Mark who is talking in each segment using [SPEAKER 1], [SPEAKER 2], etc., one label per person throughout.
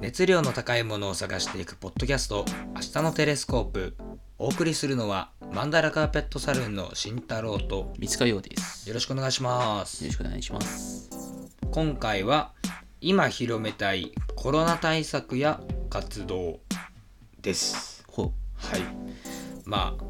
[SPEAKER 1] 熱量の高いものを探していくポッドキャスト「明日のテレスコープ」お送りするのはマンダラカーペットサルーンの慎太郎と
[SPEAKER 2] 三塚洋です。よ
[SPEAKER 1] よろしくお願いします
[SPEAKER 2] ろしくお願いします。
[SPEAKER 1] 今回は今広めたいコロナ対策や活動です
[SPEAKER 2] ほ
[SPEAKER 1] はいまあ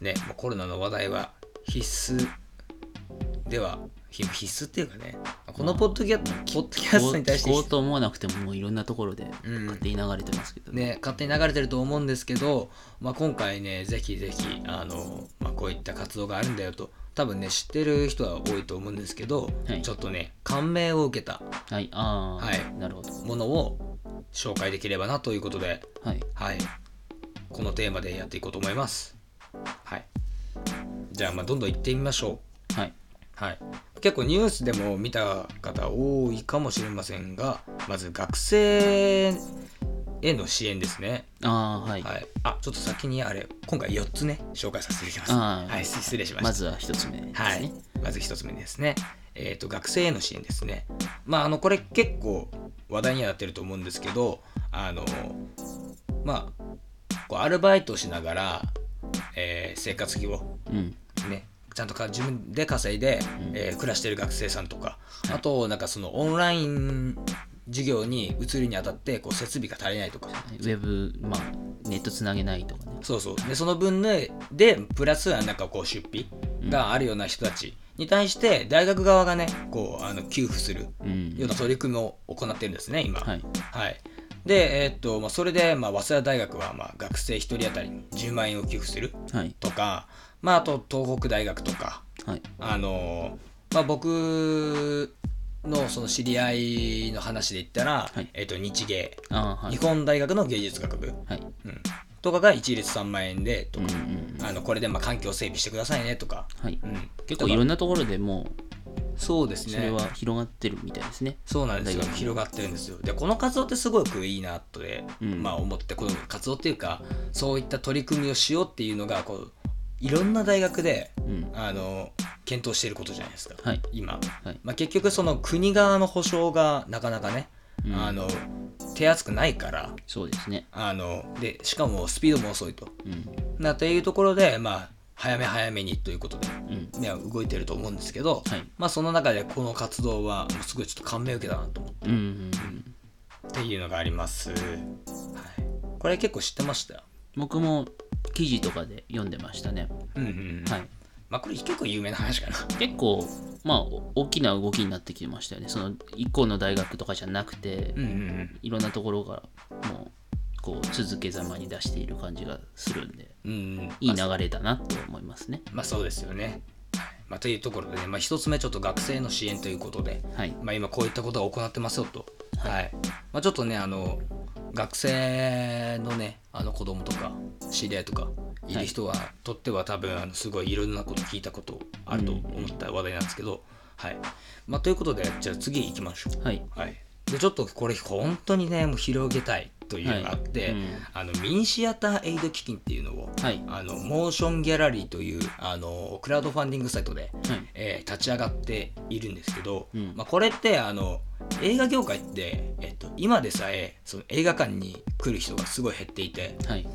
[SPEAKER 1] ねもうコロナの話題は必須ではひ必須っていうかねこのポッドキャポッドキ
[SPEAKER 2] う。
[SPEAKER 1] ャス
[SPEAKER 2] こう
[SPEAKER 1] トに対して
[SPEAKER 2] 聞こうと思わなくても、もういろんなところで
[SPEAKER 1] うん
[SPEAKER 2] 勝手に流れてますけど。
[SPEAKER 1] ね、勝手に流れてると思うんですけど、まあ、今回ねぜひぜひあの、まあ、こういった活動があるんだよと多分ね知ってる人は多いと思うんですけど、
[SPEAKER 2] はい
[SPEAKER 1] ちょっとね感銘を受けた
[SPEAKER 2] はい、ああ、
[SPEAKER 1] はい
[SPEAKER 2] なるほど。
[SPEAKER 1] ものを紹介できればなということで、
[SPEAKER 2] はい。
[SPEAKER 1] はい、このテーマでやっていこうと思います。はい、じゃあまあどんどん行ってみましょ
[SPEAKER 2] はい。
[SPEAKER 1] う、はい。結構ニュースでも見た方多いかもしれませんがまず学生への支援ですね。
[SPEAKER 2] ああ、はい。
[SPEAKER 1] はい、あちょっと先にあれ今回4つね紹介させていただきま
[SPEAKER 2] あ
[SPEAKER 1] す
[SPEAKER 2] ー
[SPEAKER 1] はいす失礼しました
[SPEAKER 2] まずは一つ目です
[SPEAKER 1] はい
[SPEAKER 2] ね。、
[SPEAKER 1] まず1つ目ですねえっ、と学生への支援ですねまああのこれ結構話題にはなってると思うんですけどあのまあこうアルバイトしながら、えー生活費を
[SPEAKER 2] うん。
[SPEAKER 1] ねちゃんとか自分で稼いで、
[SPEAKER 2] うん
[SPEAKER 1] えー暮らしてる学生さんとか、
[SPEAKER 2] はい
[SPEAKER 1] あとなんかそのオンライン授業に移るにあたってこう設備が足りないとか
[SPEAKER 2] ウェブ、まあ、ネットつなげないとかね。
[SPEAKER 1] そうそうでその分ねでプラスなんかこう出費があるような人たちに対して大学側がねこうあの給付する
[SPEAKER 2] うん。
[SPEAKER 1] ような取り組みを行ってるんですね今
[SPEAKER 2] はい。
[SPEAKER 1] はいでえーっとまあ、それで、まあ、早稲田大学は、まあ、学生1人当たりに10万円を給付する
[SPEAKER 2] はい。
[SPEAKER 1] とか、まあ、あと東北大学とか、
[SPEAKER 2] はい。
[SPEAKER 1] あのーまあ、僕のその知り合いの話で言ったら、
[SPEAKER 2] はい
[SPEAKER 1] えーっと日芸、
[SPEAKER 2] ああ、は
[SPEAKER 1] 日。
[SPEAKER 2] い
[SPEAKER 1] 本大学の芸術学部、
[SPEAKER 2] はい。
[SPEAKER 1] うん、とかが一律3万円でと
[SPEAKER 2] うんう
[SPEAKER 1] か、
[SPEAKER 2] んうん。
[SPEAKER 1] あのこれでまあ環境整備してくださいねとか、
[SPEAKER 2] はい。
[SPEAKER 1] うん、
[SPEAKER 2] 結構いろんなところでも
[SPEAKER 1] そうです
[SPEAKER 2] う、
[SPEAKER 1] ね
[SPEAKER 2] それは広がってるみたいですね。
[SPEAKER 1] そうなんですよ
[SPEAKER 2] 大学
[SPEAKER 1] 広がってるんですよでこの活動ってすごくいいなとで、
[SPEAKER 2] うん
[SPEAKER 1] まあ、思ってこの活動っていうかそういった取り組みをしようっていうのがこういろんな大学で
[SPEAKER 2] うん。
[SPEAKER 1] あの検討していることじゃないですか、
[SPEAKER 2] はい。
[SPEAKER 1] 今、
[SPEAKER 2] はい。
[SPEAKER 1] まあ、結局その国側の保障がなかなかね、
[SPEAKER 2] うん
[SPEAKER 1] あの手厚くないから
[SPEAKER 2] そうですね。
[SPEAKER 1] あのでしかもスピードも遅いと
[SPEAKER 2] うん。
[SPEAKER 1] なというところで、まあ、早め早めにということで、
[SPEAKER 2] うん。
[SPEAKER 1] ね、動いてると思うんですけど、
[SPEAKER 2] はい。
[SPEAKER 1] まあ、その中でこの活動はもうすごいちょっと感銘を受けたなと思っ
[SPEAKER 2] うんうんうん。
[SPEAKER 1] てっていうのがあります、はい、これ結構知ってました
[SPEAKER 2] 僕も記事とかで読んでましたね。
[SPEAKER 1] うんうん、
[SPEAKER 2] はい、
[SPEAKER 1] まあこれ結構有名な話かな
[SPEAKER 2] 結構、まあ、お大きな動きになってきましたよね。その一個の大学とかじゃなくて、
[SPEAKER 1] うんうん
[SPEAKER 2] いろんなところがもうこう続けざまに出している感じがするんで、
[SPEAKER 1] うんうん
[SPEAKER 2] いい
[SPEAKER 1] まあ、
[SPEAKER 2] 流れだなと思いますね。
[SPEAKER 1] まあそうですよね、はいまあ、というところでね、まあ、一つ目ちょっと学生の支援ということで、
[SPEAKER 2] はい。
[SPEAKER 1] まあ、今こういったことが行ってますよと、はいまあ、ちょっとねあの学生のねあの子供とか知り合いとかいる人は、とっては多分あのすごいいろんなこと聞いたことあると思った話題なんですけど、はいまあ、ということでじゃあ次行きましょ
[SPEAKER 2] はい。
[SPEAKER 1] う、はい、でちょっとこれ本当にねもう広げたいというのがあって、
[SPEAKER 2] はいうん
[SPEAKER 1] あのミニシアターエイド基金っていうのを
[SPEAKER 2] はい。
[SPEAKER 1] あのモーションギャラリーというあのクラウドファンディングサイトで
[SPEAKER 2] はい。
[SPEAKER 1] えー立ち上がっているんですけど、
[SPEAKER 2] うん
[SPEAKER 1] まあ、これってあの映画業界って、えっと、今でさえその映画館に来る人がすごい減っていて
[SPEAKER 2] はい。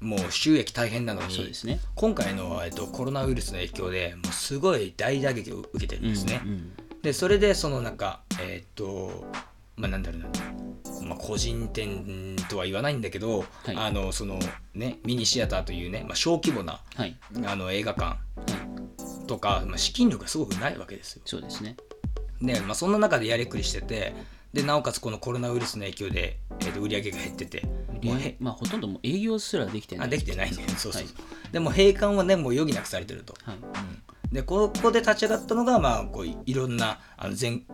[SPEAKER 1] もう収益大変なの
[SPEAKER 2] そう
[SPEAKER 1] に
[SPEAKER 2] ですね。
[SPEAKER 1] 今回の、えっと、コロナウイルスの影響でもうすごい大打撃を受けてるんですね。
[SPEAKER 2] うんうん
[SPEAKER 1] でそれでそのなんかえーっとまあなんだろうな、まあ、個人店とは言わないんだけど、
[SPEAKER 2] はい
[SPEAKER 1] あのそのねミニシアターというね、まあ、小規模な
[SPEAKER 2] はい。
[SPEAKER 1] あの映画館
[SPEAKER 2] はい。
[SPEAKER 1] とか、まあ、資金力がすごくないわけですよ。
[SPEAKER 2] そうですね。
[SPEAKER 1] ねまあ、そんな中でやりくりしててでなおかつこのコロナウイルスの影響で、えーと売り上げが減っててもうへ
[SPEAKER 2] まあ、ほとんどもう営業すらできてない。
[SPEAKER 1] あできてないね そうそう、
[SPEAKER 2] はい。
[SPEAKER 1] でも閉館はねもう余儀なくされてると、
[SPEAKER 2] はい。
[SPEAKER 1] でここで立ち上がったのが、まあ、こういいろんなあの全、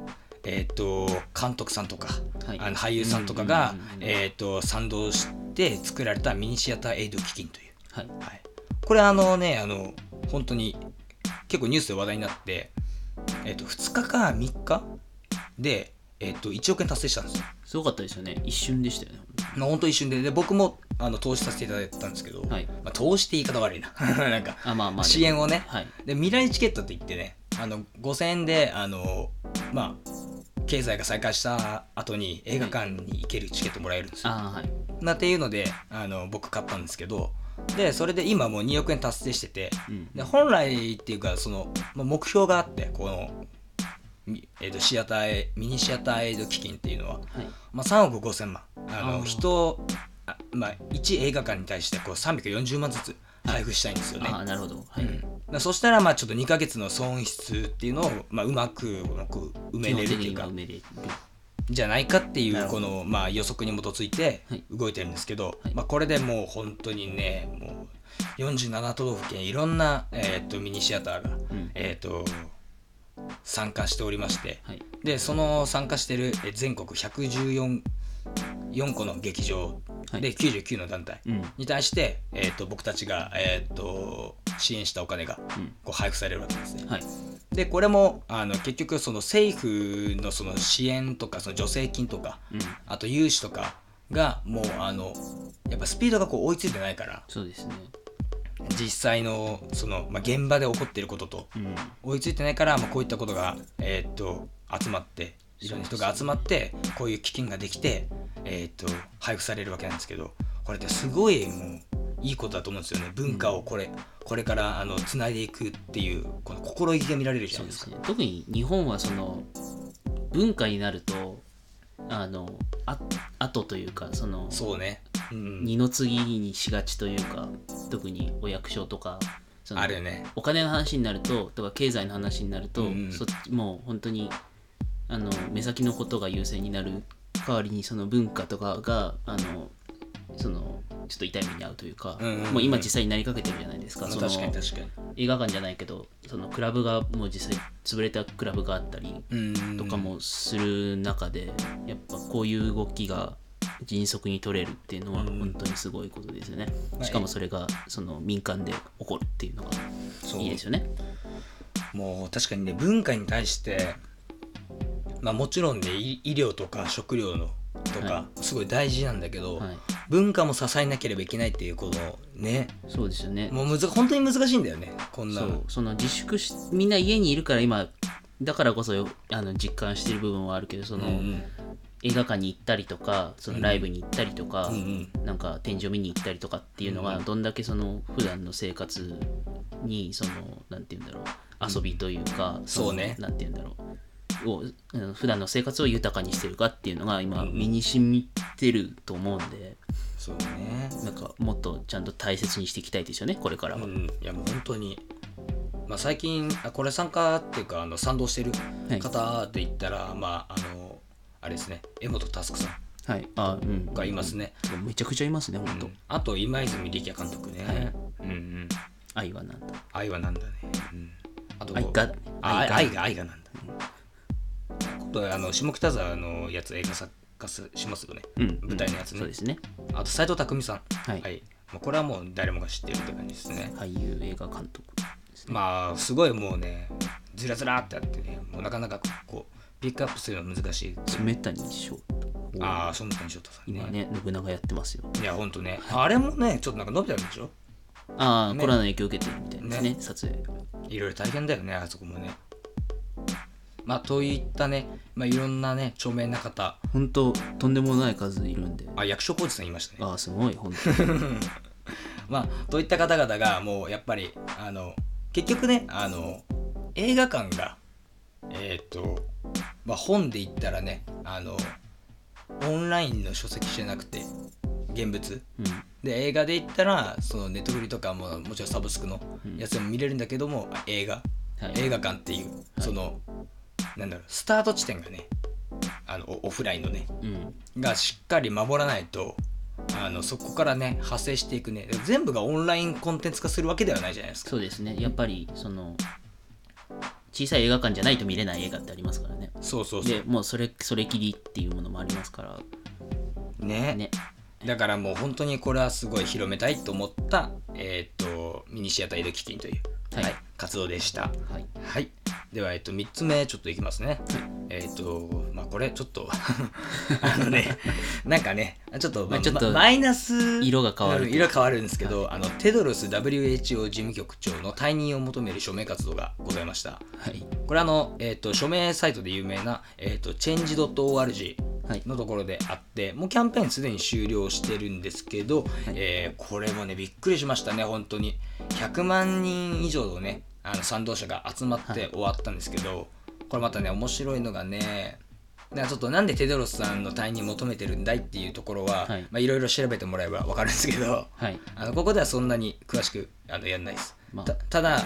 [SPEAKER 1] えー、と監督さんとか、
[SPEAKER 2] はい
[SPEAKER 1] あの俳優さんとかが
[SPEAKER 2] うんうんうん、うん
[SPEAKER 1] えー、と賛同して作られたミニシアターエイド基金という、
[SPEAKER 2] はい。
[SPEAKER 1] はい、これあのねあの本当に結構ニュースで話題になって、えー、と2日か3日で、えー、と1億円達成したんですよ
[SPEAKER 2] すごかったですよね。一瞬でしたよね。
[SPEAKER 1] まあ、本当一瞬でで僕もあの投資させていただいたんですけど、
[SPEAKER 2] はい
[SPEAKER 1] まあ、投資って言い方悪い ななんか
[SPEAKER 2] あ、まあまあ。
[SPEAKER 1] 支援をね、
[SPEAKER 2] はい。
[SPEAKER 1] で未来チケットって言ってねあの5000円であのまあ経済が再開した後に映画館に行けるチケットもらえるんですよ。
[SPEAKER 2] ああはい
[SPEAKER 1] なっていうのであの僕買ったんですけどでそれで今もう2億円達成してて
[SPEAKER 2] うん
[SPEAKER 1] で本来っていうかそのまあ目標があってこの、みえー、とシアターミニシアターエイド基金っていうのは、
[SPEAKER 2] はい
[SPEAKER 1] まあ、3億5千万あの
[SPEAKER 2] あー
[SPEAKER 1] 人あ、まあ、1映画館に対してこう340万ずつ配布したいんですよね。
[SPEAKER 2] ああなるほどはい、
[SPEAKER 1] うん、そしたらまあちょっと2ヶ月の損失っていうのを、まあ、うまくこう埋め
[SPEAKER 2] 基本
[SPEAKER 1] れる
[SPEAKER 2] 的
[SPEAKER 1] ってい
[SPEAKER 2] に
[SPEAKER 1] う
[SPEAKER 2] は
[SPEAKER 1] か
[SPEAKER 2] 埋めれる
[SPEAKER 1] じゃないかってい
[SPEAKER 2] な
[SPEAKER 1] う
[SPEAKER 2] る
[SPEAKER 1] こ
[SPEAKER 2] ほど
[SPEAKER 1] の、まあ、予測に基づいて
[SPEAKER 2] はい
[SPEAKER 1] 動いてるんですけど、
[SPEAKER 2] はい
[SPEAKER 1] まあ、これでもう本当にねもう47都道府県いろんな、えー、とミニシアターが、
[SPEAKER 2] うん
[SPEAKER 1] えー、と参加しておりまして
[SPEAKER 2] はい
[SPEAKER 1] でその参加してるえー全国114 4個の劇場
[SPEAKER 2] はい
[SPEAKER 1] で99の団体
[SPEAKER 2] うんうん
[SPEAKER 1] に対して、えー、と僕たちが、えー、と支援したお金がこう配布されるわけですね。
[SPEAKER 2] はい
[SPEAKER 1] でこれもあの結局その政府のその支援とかその助成金とか
[SPEAKER 2] うん
[SPEAKER 1] あと融資とかがもうあのやっぱスピードがこう追いついてないから
[SPEAKER 2] そうですね
[SPEAKER 1] 実際のその、まあ、現場で起こっていることと
[SPEAKER 2] うん
[SPEAKER 1] 追いついてないから、まあ、こういったことが、えーっと集まっていろんな人が集まってこういう基金ができて、えーっと配布されるわけなんですけどこれってすごいもういいことだと思うんですよね文化をこれこれからあのつないでいくっていうこの心意気が見られるじゃ
[SPEAKER 2] そ
[SPEAKER 1] な
[SPEAKER 2] う
[SPEAKER 1] い
[SPEAKER 2] で
[SPEAKER 1] ですか
[SPEAKER 2] す。ね特に日本はその文化になるとあのあ後というかその
[SPEAKER 1] そうね、うん、
[SPEAKER 2] 二の次にしがちというか特にお役所とかその
[SPEAKER 1] あるよね
[SPEAKER 2] お金の話になるととか経済の話になると、
[SPEAKER 1] うんうん
[SPEAKER 2] そっちもう本当にあの目先のことが優先になる代わりにその文化とかがあのそのちょっと痛い目に遭うというか、
[SPEAKER 1] うんうんうん
[SPEAKER 2] もう今実際になりかけてるじゃないですか。
[SPEAKER 1] まあ
[SPEAKER 2] そ
[SPEAKER 1] 確
[SPEAKER 2] の
[SPEAKER 1] かに確かに
[SPEAKER 2] 映画館じゃないけどそのクラブがもう実際潰れたクラブがあったり
[SPEAKER 1] うん
[SPEAKER 2] とかもする中で、やっぱこういう動きが迅速に取れるっていうのは
[SPEAKER 1] うん
[SPEAKER 2] 本当にすごいことですよね、
[SPEAKER 1] はい
[SPEAKER 2] しかもそれがその民間で起こるっていうのが
[SPEAKER 1] そう
[SPEAKER 2] いいですよね
[SPEAKER 1] もう確かにね文化に対してまあもちろんねい医療とか食料のとか
[SPEAKER 2] は
[SPEAKER 1] すごい大事なんだけど、
[SPEAKER 2] はい
[SPEAKER 1] 文化も支えなければいけないっていうこのね
[SPEAKER 2] そうですよね
[SPEAKER 1] もうむず本当に難しいんだよねこんな
[SPEAKER 2] そ
[SPEAKER 1] の
[SPEAKER 2] うその自粛しみんな家にいるから今だからこそよあの実感してる部分はあるけどその、
[SPEAKER 1] うんうん
[SPEAKER 2] 映画館に行ったりとかそのライブに行ったりとか、
[SPEAKER 1] うんうん
[SPEAKER 2] なんか展示を見に行ったりとかっていうのが
[SPEAKER 1] うん
[SPEAKER 2] どんだけその普段の生活にそのなんて言うんだろう遊びというか、の
[SPEAKER 1] そうね
[SPEAKER 2] なんて言うんだろうをうん普段の生活を豊かにしてるかっていうのが今
[SPEAKER 1] うん
[SPEAKER 2] 身に染みてると思うんで、
[SPEAKER 1] そうね
[SPEAKER 2] なんかもっとちゃんと大切にしていきたいですよねこれから
[SPEAKER 1] う
[SPEAKER 2] は、
[SPEAKER 1] んいやもう本当にまあ最近あこれ参加っていうかあの賛同してる
[SPEAKER 2] はい
[SPEAKER 1] 方で言ったら、まああのあれですね柄本佑さ
[SPEAKER 2] はいあうん
[SPEAKER 1] んがいますね、
[SPEAKER 2] めちゃくちゃいますね本当、
[SPEAKER 1] うんあと今泉力也監督ね、
[SPEAKER 2] はい
[SPEAKER 1] うんうん
[SPEAKER 2] 愛はなんだ
[SPEAKER 1] 愛はなんだね、うん、あと
[SPEAKER 2] 愛が
[SPEAKER 1] あ愛
[SPEAKER 2] 愛が
[SPEAKER 1] 愛が愛がなんだ、あとあの下北沢のやつ映画作家すしますよね
[SPEAKER 2] うん
[SPEAKER 1] 舞台のやつね
[SPEAKER 2] そうですね
[SPEAKER 1] あと斎藤工さん
[SPEAKER 2] はい
[SPEAKER 1] まあ、これはもう誰もが知ってるって感じですね
[SPEAKER 2] 俳優映画監督ですね
[SPEAKER 1] まあすごいもうねずらずらってあってねもうなかなかこうピックアップするの難しい
[SPEAKER 2] 染谷翔太
[SPEAKER 1] ああその点翔太さん
[SPEAKER 2] 今ね信長やってますよ
[SPEAKER 1] いやほんとねあれもねちょっとなんか伸びたんでしょ
[SPEAKER 2] ああ、
[SPEAKER 1] ね
[SPEAKER 2] コロナの影響を受けてるみたいですね
[SPEAKER 1] ね
[SPEAKER 2] 撮影
[SPEAKER 1] いろいろ大変だよねあそこもねまあといったね、まあ、いろんなね著名な方
[SPEAKER 2] 本当とんでもない数いるんで
[SPEAKER 1] あ役所広司さんいましたね
[SPEAKER 2] ああすごい本当 に
[SPEAKER 1] まあ、といった方々がもうやっぱりあの結局ねあの映画館がえっ、と、まあ、本で言ったらねあのオンラインの書籍じゃなくて現物
[SPEAKER 2] うん
[SPEAKER 1] で映画で言ったらそのネットフリとかももちろんサブスクの
[SPEAKER 2] うん
[SPEAKER 1] やつも見れるんだけども、あ映画
[SPEAKER 2] はい
[SPEAKER 1] 映画館っていう、そのなんだろうスタート地点がねあのオオフラインのね
[SPEAKER 2] うん
[SPEAKER 1] がしっかり守らないとあのそこからね派生していくね全部がオンラインコンテンツ化するわけではないじゃないですか
[SPEAKER 2] そうですねやっぱりその小さい映画館じゃないと見れない映画ってありますからね
[SPEAKER 1] そうそうそ
[SPEAKER 2] でもうそれそれきりっていうものもありますか
[SPEAKER 1] うね
[SPEAKER 2] らね
[SPEAKER 1] だからもう本当にこれはすごい広めたいと思ったえーっとミニシアターエイド基金という、
[SPEAKER 2] はい
[SPEAKER 1] 活動でした
[SPEAKER 2] はい
[SPEAKER 1] はいでは、えっと、3つ目ちょっといきますね。えっと、まあ、これちょっと あのねなんかねちょっと,、
[SPEAKER 2] まあちょっと
[SPEAKER 1] まマイナス
[SPEAKER 2] 色が変わる
[SPEAKER 1] うん色変わるんですけど、あのテドロス WHO 事務局長の退任を求める署名活動がございました。
[SPEAKER 2] はい
[SPEAKER 1] これあの、えっと署名サイトで有名な、えっと change.org
[SPEAKER 2] はい
[SPEAKER 1] のところであってもうキャンペーンすでに終了してるんですけど、えーこれもねびっくりしましたね本当に100万人以上のねあの賛同者が集まって終わったんですけど、これまたね面白いのがねなんかちょっとなんでテドロスさんの退任求めてるんだいっていうところは
[SPEAKER 2] はい
[SPEAKER 1] まあいろいろ調べてもらえば分かるんですけど
[SPEAKER 2] はい
[SPEAKER 1] あのここではそんなに詳しくあのやんないです、
[SPEAKER 2] まあ
[SPEAKER 1] たただ、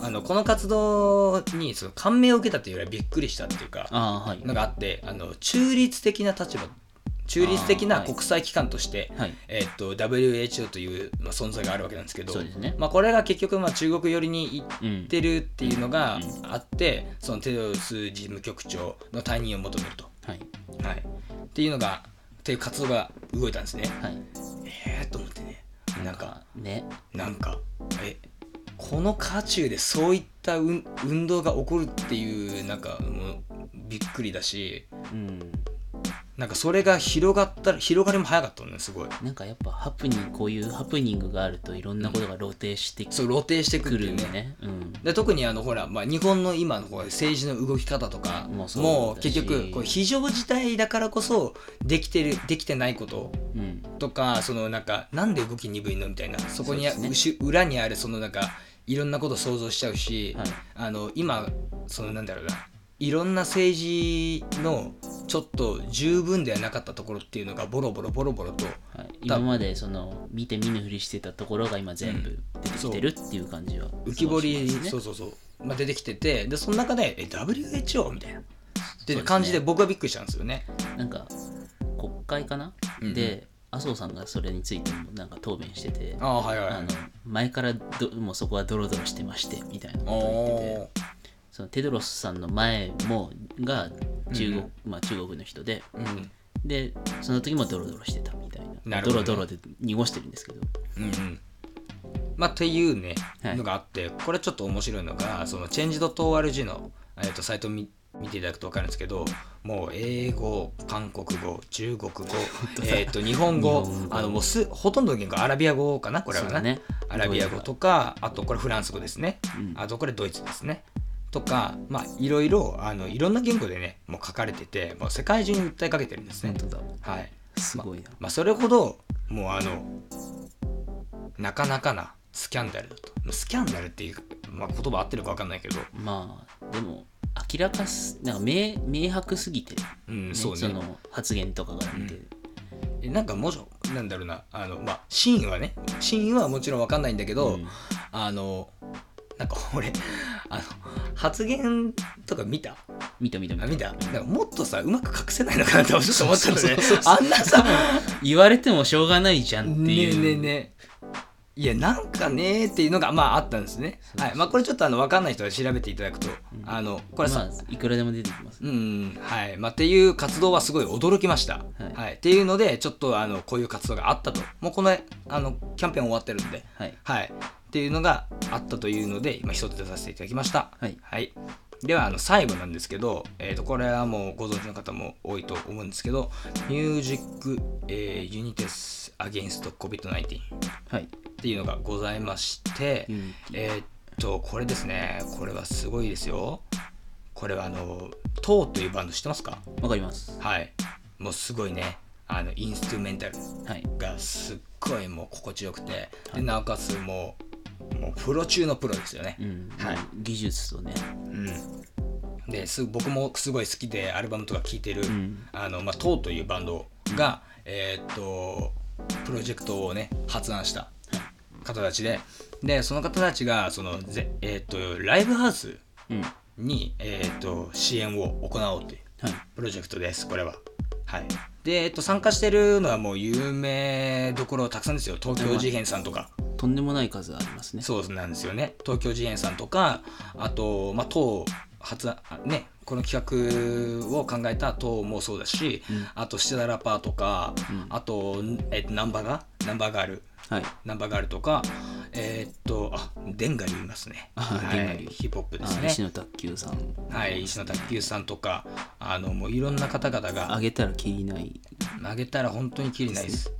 [SPEAKER 1] あのこの活動にその感銘を受けたっていうよりはびっくりしたっていうか
[SPEAKER 2] ああはい
[SPEAKER 1] のがあってあの中立的な立場中立的
[SPEAKER 2] あー
[SPEAKER 1] な
[SPEAKER 2] はい
[SPEAKER 1] 国際機関として、
[SPEAKER 2] はい
[SPEAKER 1] えっと WHO という、まあ、存在があるわけなんですけど
[SPEAKER 2] そうですね
[SPEAKER 1] まあ、これが結局、まあ、中国寄りに
[SPEAKER 2] う
[SPEAKER 1] 行
[SPEAKER 2] ん
[SPEAKER 1] ってるっていうのが
[SPEAKER 2] うんう
[SPEAKER 1] あって、そのテドロス事務局長の退任を求めると、
[SPEAKER 2] はい
[SPEAKER 1] はい、っていうのがっていう活動が動いたんですね。
[SPEAKER 2] はい
[SPEAKER 1] えー、と思ってねなんか
[SPEAKER 2] ね
[SPEAKER 1] なんかえこの渦中でそういった運運動が起こるっていうなんかもうびっくりだし
[SPEAKER 2] うん
[SPEAKER 1] なんかそれが広がったら広がりも早かったのねすごい
[SPEAKER 2] なんかやっぱハプニングこういうハプニングがあるといろんなことが露呈して
[SPEAKER 1] そう露呈してく
[SPEAKER 2] く
[SPEAKER 1] るっていう
[SPEAKER 2] る
[SPEAKER 1] んね
[SPEAKER 2] でねうん
[SPEAKER 1] で特にあのほら、まあ、日本の今のこう政治の動き方とか
[SPEAKER 2] もうそう
[SPEAKER 1] もう
[SPEAKER 2] だし
[SPEAKER 1] 結局こう非常事態だからこそできてるできてないこと
[SPEAKER 2] うん
[SPEAKER 1] とかそのなんかなんで動き鈍いのみたいなそこに
[SPEAKER 2] そうで
[SPEAKER 1] うし裏にあるそのなんかいろんなこと想像しちゃうし、
[SPEAKER 2] はい
[SPEAKER 1] あの今そのなんだろうないろんな政治のちょっと十分ではなかったところっていうのがボロボロボロボロと
[SPEAKER 2] はい今までその見て見ぬふりしてたところが今全部出てきてるっていう感じは
[SPEAKER 1] 浮き彫り、
[SPEAKER 2] しますね
[SPEAKER 1] そうそうそう、まあ、出てきててでその中でえ WHO みたいなって
[SPEAKER 2] すね
[SPEAKER 1] 感じで僕はびっくりしたんですよね。
[SPEAKER 2] なんか国会かな、
[SPEAKER 1] うんうん
[SPEAKER 2] で麻生さんがそれについてもなんか答弁してて
[SPEAKER 1] ああはいはい
[SPEAKER 2] あの前からどもうそこはドロドロしてましてみたいなことを言って
[SPEAKER 1] お
[SPEAKER 2] て
[SPEAKER 1] ー
[SPEAKER 2] そのテドロスさんの前もが中国,、まあ、中国の人で
[SPEAKER 1] うん
[SPEAKER 2] でその時もドロドロしてたみたい
[SPEAKER 1] な
[SPEAKER 2] な
[SPEAKER 1] るほ
[SPEAKER 2] ド
[SPEAKER 1] ど
[SPEAKER 2] ロ
[SPEAKER 1] ね
[SPEAKER 2] ドロで濁してるんですけど
[SPEAKER 1] うんうんまあ、っていうね、
[SPEAKER 2] はい
[SPEAKER 1] のがあってこれちょっと面白いのがその change.org の、えー、とサイトを見見ていただくと分かるんですけどもう英語韓国語中国 語えーと日本語
[SPEAKER 2] 日本語
[SPEAKER 1] あのもうすほとんどの言語アラビア語かなこれは
[SPEAKER 2] そう
[SPEAKER 1] な
[SPEAKER 2] だね
[SPEAKER 1] アラビア語とかあとこれフランス語ですね、
[SPEAKER 2] うん
[SPEAKER 1] あとこれドイツですねとかまあいろいろあのいろんな言語でねもう書かれててもう世界中に訴えかけてるんですね
[SPEAKER 2] 本。当だ
[SPEAKER 1] はい
[SPEAKER 2] すごいな、
[SPEAKER 1] まあ、それほどもうあのなかなかなスキャンダルだとまあスキャンダルっていう、まあ、言葉合ってるか分かんないけど
[SPEAKER 2] まあでも明らかすなんか明明白すぎて、
[SPEAKER 1] うん
[SPEAKER 2] ね
[SPEAKER 1] そうね
[SPEAKER 2] の発言とかが見て、
[SPEAKER 1] えなんかもちろんなんだろうなあの、まあ、真意はね真意はもちろん分かんないんだけど、
[SPEAKER 2] うん
[SPEAKER 1] あのなんか俺あの発言とか見た
[SPEAKER 2] 見た見た見
[SPEAKER 1] あ
[SPEAKER 2] た
[SPEAKER 1] 見たなんかもっとさうまく隠せないのかなって俺ちょっと思ったのね
[SPEAKER 2] そうそうそうそう
[SPEAKER 1] あんなさ
[SPEAKER 2] 言われてもしょうがないじゃんって
[SPEAKER 1] ね
[SPEAKER 2] い
[SPEAKER 1] え
[SPEAKER 2] う
[SPEAKER 1] ねえねえいやなんかねえっていうのがまああったんですね
[SPEAKER 2] うそう
[SPEAKER 1] はいまあこれちょっとあの分かんない人は調べていただくと、あのこれさ、
[SPEAKER 2] まあいくらでも出てきます、
[SPEAKER 1] うんはいまあ、っていう活動はすごい驚きました、
[SPEAKER 2] はい
[SPEAKER 1] はいっていうのでちょっとあのこういう活動があったともうこのあのキャンペーン終わってるんで
[SPEAKER 2] はい
[SPEAKER 1] はいっていうのがあったというので今一つ出させていただきました
[SPEAKER 2] はい
[SPEAKER 1] ではあの最後なんですけど、えー、とこれはもうご存知の方も多いと思うんですけどミュージック、えー、ユニテス・アゲインスト・ COVID-19
[SPEAKER 2] はい
[SPEAKER 1] っていうのがございまして、
[SPEAKER 2] Unity
[SPEAKER 1] えーっとこれですねこれはすごいですよこれはあの TOO というバンド知ってますか
[SPEAKER 2] わかります
[SPEAKER 1] はいもうすごいねあのインストゥメンタル
[SPEAKER 2] はい
[SPEAKER 1] がすっごいもう心地よくてでなおかつもうもうプロ中のプロですよね
[SPEAKER 2] うん、
[SPEAKER 1] はい
[SPEAKER 2] 技術とね、
[SPEAKER 1] うん、です僕もすごい好きでアルバムとか聴いてる、
[SPEAKER 2] ん
[SPEAKER 1] あのまあ、TOO というバンドが、えーっとプロジェクトをね発案した方たちででその方たちがそのぜ、えーっとライブハウス
[SPEAKER 2] うん、
[SPEAKER 1] に、えーっと支援を行おうという
[SPEAKER 2] はい
[SPEAKER 1] プロジェクトですこれは。はい、で、えーっと、参加してるのはもう有名どころたくさんですよ東京事変さんとか。
[SPEAKER 2] とんでもない数ありますね
[SPEAKER 1] そうなんですよね東京事変さんとかあと、まあ、党発あねこの企画を考えた党もそうだし、
[SPEAKER 2] うん
[SPEAKER 1] あとシテダラパーとか、
[SPEAKER 2] うん
[SPEAKER 1] あと、んえっとナンバーガナンバーガール
[SPEAKER 2] はい
[SPEAKER 1] ナンバーガールとか、えーっとあデンガリいますね、
[SPEAKER 2] あ
[SPEAKER 1] は
[SPEAKER 2] デンガ
[SPEAKER 1] い、
[SPEAKER 2] リ
[SPEAKER 1] ヒップホップで
[SPEAKER 2] あ
[SPEAKER 1] す
[SPEAKER 2] ー
[SPEAKER 1] ね
[SPEAKER 2] 石野卓球さん
[SPEAKER 1] はい、石野卓球さんとかあのもういろんな方々が
[SPEAKER 2] あげたらきりない
[SPEAKER 1] 曲げたら本当にきりないです。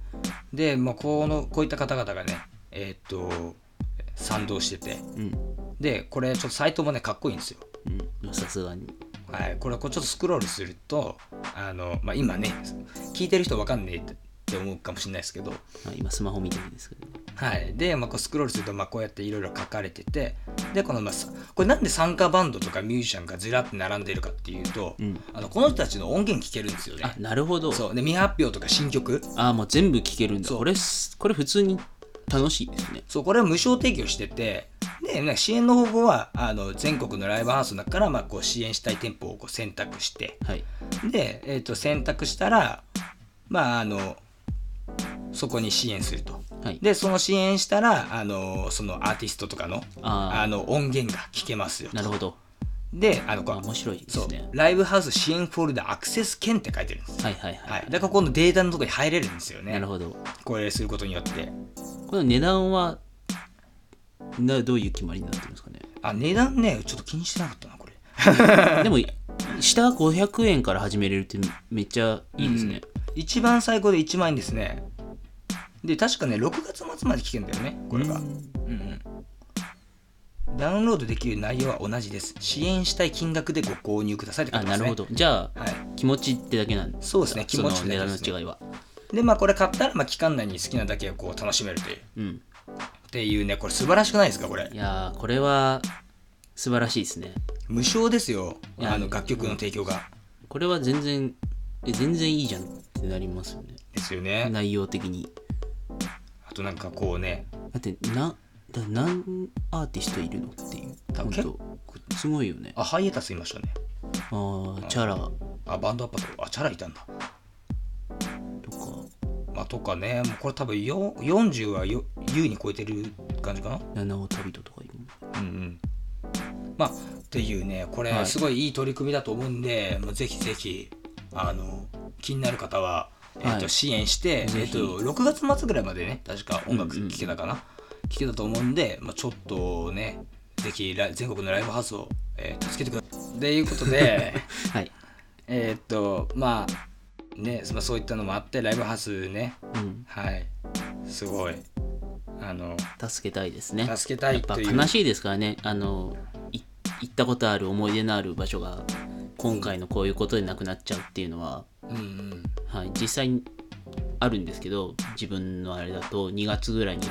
[SPEAKER 1] で、まあ、このこういった方々がね、えーっと賛同してて
[SPEAKER 2] うん
[SPEAKER 1] でこれちょっとサイトもねかっこいいんですよ。
[SPEAKER 2] うんさすがに
[SPEAKER 1] はい、これこうちょっとスクロールするとあの、まあ、今ね聞いてる人わかんねえって思うかもしれないですけど、
[SPEAKER 2] まあ今スマホ見てるんですけどね
[SPEAKER 1] はい、で、まあ、こうスクロールすると、まあ、こうやっていろいろ書かれててでこの、まあ、さこれなんで参加バンドとかミュージシャンがずらって並んでるかっていうと、
[SPEAKER 2] うん
[SPEAKER 1] あのこの人たちの音源聞けるんですよね
[SPEAKER 2] あ。なるほど
[SPEAKER 1] そうで未発表とか新曲
[SPEAKER 2] あーもう全部聞けるんだ
[SPEAKER 1] そう
[SPEAKER 2] これすこれ普通に楽しいですね
[SPEAKER 1] そうこれは無償提供しててで、ね、支援の方法はあの全国のライブハウスの中から、まあ、こう支援したい店舗をこう選択して
[SPEAKER 2] はい
[SPEAKER 1] で、えー、と選択したらまああのそこに支援すると
[SPEAKER 2] はい
[SPEAKER 1] でその支援したらあのそのアーティストとかのあ
[SPEAKER 2] あ
[SPEAKER 1] の音源が聞けますよ
[SPEAKER 2] あなるほど
[SPEAKER 1] であのこ
[SPEAKER 2] あ
[SPEAKER 1] う
[SPEAKER 2] 面白いで
[SPEAKER 1] そ
[SPEAKER 2] す
[SPEAKER 1] う
[SPEAKER 2] ね
[SPEAKER 1] ライブハウス支援フォルダアクセス券って書いてるんです、
[SPEAKER 2] はいはい
[SPEAKER 1] は
[SPEAKER 2] はいい、
[SPEAKER 1] だからここのデータのとこに入れるんですよね
[SPEAKER 2] なるほど
[SPEAKER 1] これすることによって
[SPEAKER 2] この値段はなどういう決まりになってるんで すかね
[SPEAKER 1] あ値段ねちょっと気にしてなかったなこれ
[SPEAKER 2] でも下500円から始めれるってめっちゃいいですね、
[SPEAKER 1] うん一番最高で1万円ですねで確かね6月末まで聞けるんだよねこれが、
[SPEAKER 2] うん
[SPEAKER 1] うんうんダウンロードできる内容は同じです支援したい金額でご購入くださいって書い
[SPEAKER 2] あ
[SPEAKER 1] てま
[SPEAKER 2] な
[SPEAKER 1] す
[SPEAKER 2] る
[SPEAKER 1] ね
[SPEAKER 2] ほどじゃあ
[SPEAKER 1] はい
[SPEAKER 2] 気持ちってだけなん
[SPEAKER 1] そうですね気
[SPEAKER 2] そ
[SPEAKER 1] 持
[SPEAKER 2] の
[SPEAKER 1] ち
[SPEAKER 2] 値
[SPEAKER 1] だ
[SPEAKER 2] 段
[SPEAKER 1] けですね
[SPEAKER 2] の違いは
[SPEAKER 1] でまあこれ買ったら、まあ、期間内に好きなだけをこう楽しめるという
[SPEAKER 2] うん
[SPEAKER 1] っていうねこれ素晴らしくないですかこれ
[SPEAKER 2] いやーこれは素晴らしいですね
[SPEAKER 1] 無償ですよ
[SPEAKER 2] いや
[SPEAKER 1] あの楽曲の提供が、
[SPEAKER 2] これは全然え全然いいじゃんってなりますよね
[SPEAKER 1] ですよね
[SPEAKER 2] 内容的に
[SPEAKER 1] あとなんかこうね
[SPEAKER 2] だってなだ何アーティストいるのっていう
[SPEAKER 1] 多分
[SPEAKER 2] 本当すごいよねあ
[SPEAKER 1] あハイエタスいましたね
[SPEAKER 2] あーチャラと
[SPEAKER 1] あバンドアッパーとあチャラいたんだ
[SPEAKER 2] か
[SPEAKER 1] まあ、とかね、もうこれ多分よ40はよ優に超えてる感じかな。
[SPEAKER 2] 七尾旅人とかいる
[SPEAKER 1] うん
[SPEAKER 2] もん
[SPEAKER 1] うん。まあ、っていうね、これ
[SPEAKER 2] はい
[SPEAKER 1] すごいいい取り組みだと思うんで、まあ、ぜひぜひ、あの、気になる方は、えーと
[SPEAKER 2] はい
[SPEAKER 1] 支援して、え
[SPEAKER 2] ぜ
[SPEAKER 1] ー
[SPEAKER 2] ひ
[SPEAKER 1] と、6月末ぐらいまでね、確か音楽
[SPEAKER 2] うんうん
[SPEAKER 1] 聴けたかな。聴けたと思うんで、まあ、ちょっとね、ぜひライ全国のライブハウスを、えー助けてください。ということ で、
[SPEAKER 2] はい
[SPEAKER 1] えーっと、まあ、ね、まあ、そういったのもあって、ライブハウスね、
[SPEAKER 2] うん
[SPEAKER 1] はい、すごい。あの、
[SPEAKER 2] 助けたいですね
[SPEAKER 1] 助けた
[SPEAKER 2] や
[SPEAKER 1] い
[SPEAKER 2] っぱ
[SPEAKER 1] という。
[SPEAKER 2] 悲しいですからねあのい行ったことある思い出のある場所が今回のこういうことでなくなっちゃうっていうのは、
[SPEAKER 1] うんうん。
[SPEAKER 2] はい、実際にあるんですけど自分のあれだと2月ぐらいに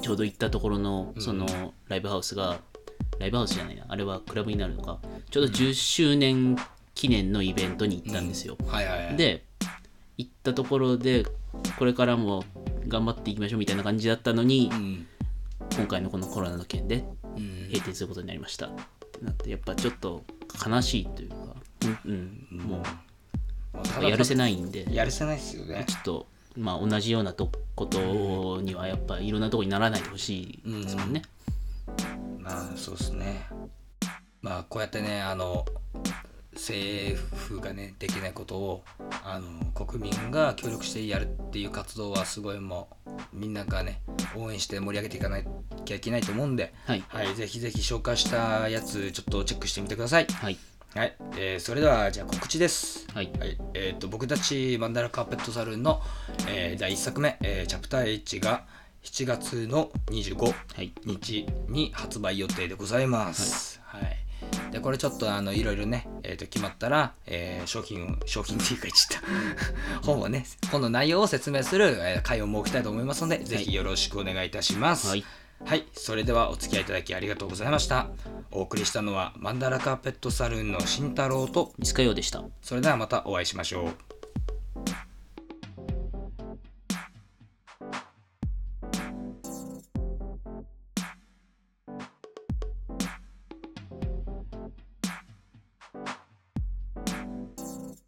[SPEAKER 2] ちょうど行ったところの
[SPEAKER 1] うん
[SPEAKER 2] そのライブハウスが、ライブハウスじゃないなあれはクラブになるのかちょうど10周年記念のイベントに行ったんですよ、
[SPEAKER 1] はいはいはい。、
[SPEAKER 2] で行ったところでこれからも頑張っていきましょうみたいな感じだったのに、
[SPEAKER 1] うん。
[SPEAKER 2] 今回のこのコロナの件で
[SPEAKER 1] うん、
[SPEAKER 2] 閉店することになりましたってなってやっぱちょっと悲しいというか、うんうん、も
[SPEAKER 1] た
[SPEAKER 2] う
[SPEAKER 1] だ
[SPEAKER 2] やるせないんでちょ
[SPEAKER 1] やるせないですよね。
[SPEAKER 2] っとまあ同じようなとことにはやっぱいろんなとこにならないでほしいですもんね、
[SPEAKER 1] まあ、そうですね。まあ、こうやってね、あの、政府がね、できないことを、あの、国民が協力してやるっていう活動は、すごいもう、みんながね、応援して盛り上げていかなきゃいけないと思うんで、
[SPEAKER 2] はい
[SPEAKER 1] はい、ぜひぜひ紹介したやつ、ちょっとチェックしてみてください。
[SPEAKER 2] はい
[SPEAKER 1] はい、えーそれではじゃあ告知です。
[SPEAKER 2] はい
[SPEAKER 1] はい、えっ、と僕たちマンダラカーペットサルーンの、えー第1作目、えーチャプター H が7月の25
[SPEAKER 2] はい
[SPEAKER 1] 日に発売予定でございます。はい。でこれちょっとあのいろいろね、えー、と決まったら、えー商品を商品っていうか言っちゃった 本をね本の内容を説明する、えー会を設けたいと思いますので、ぜひよろしくお願いいたします。
[SPEAKER 2] はい
[SPEAKER 1] はい、それではお付き合いいただきありがとうございました。お送りしたのはマンダラカーペットサルーンの慎太郎と、
[SPEAKER 2] ミスカヨでした
[SPEAKER 1] それではまたお会いしましょう。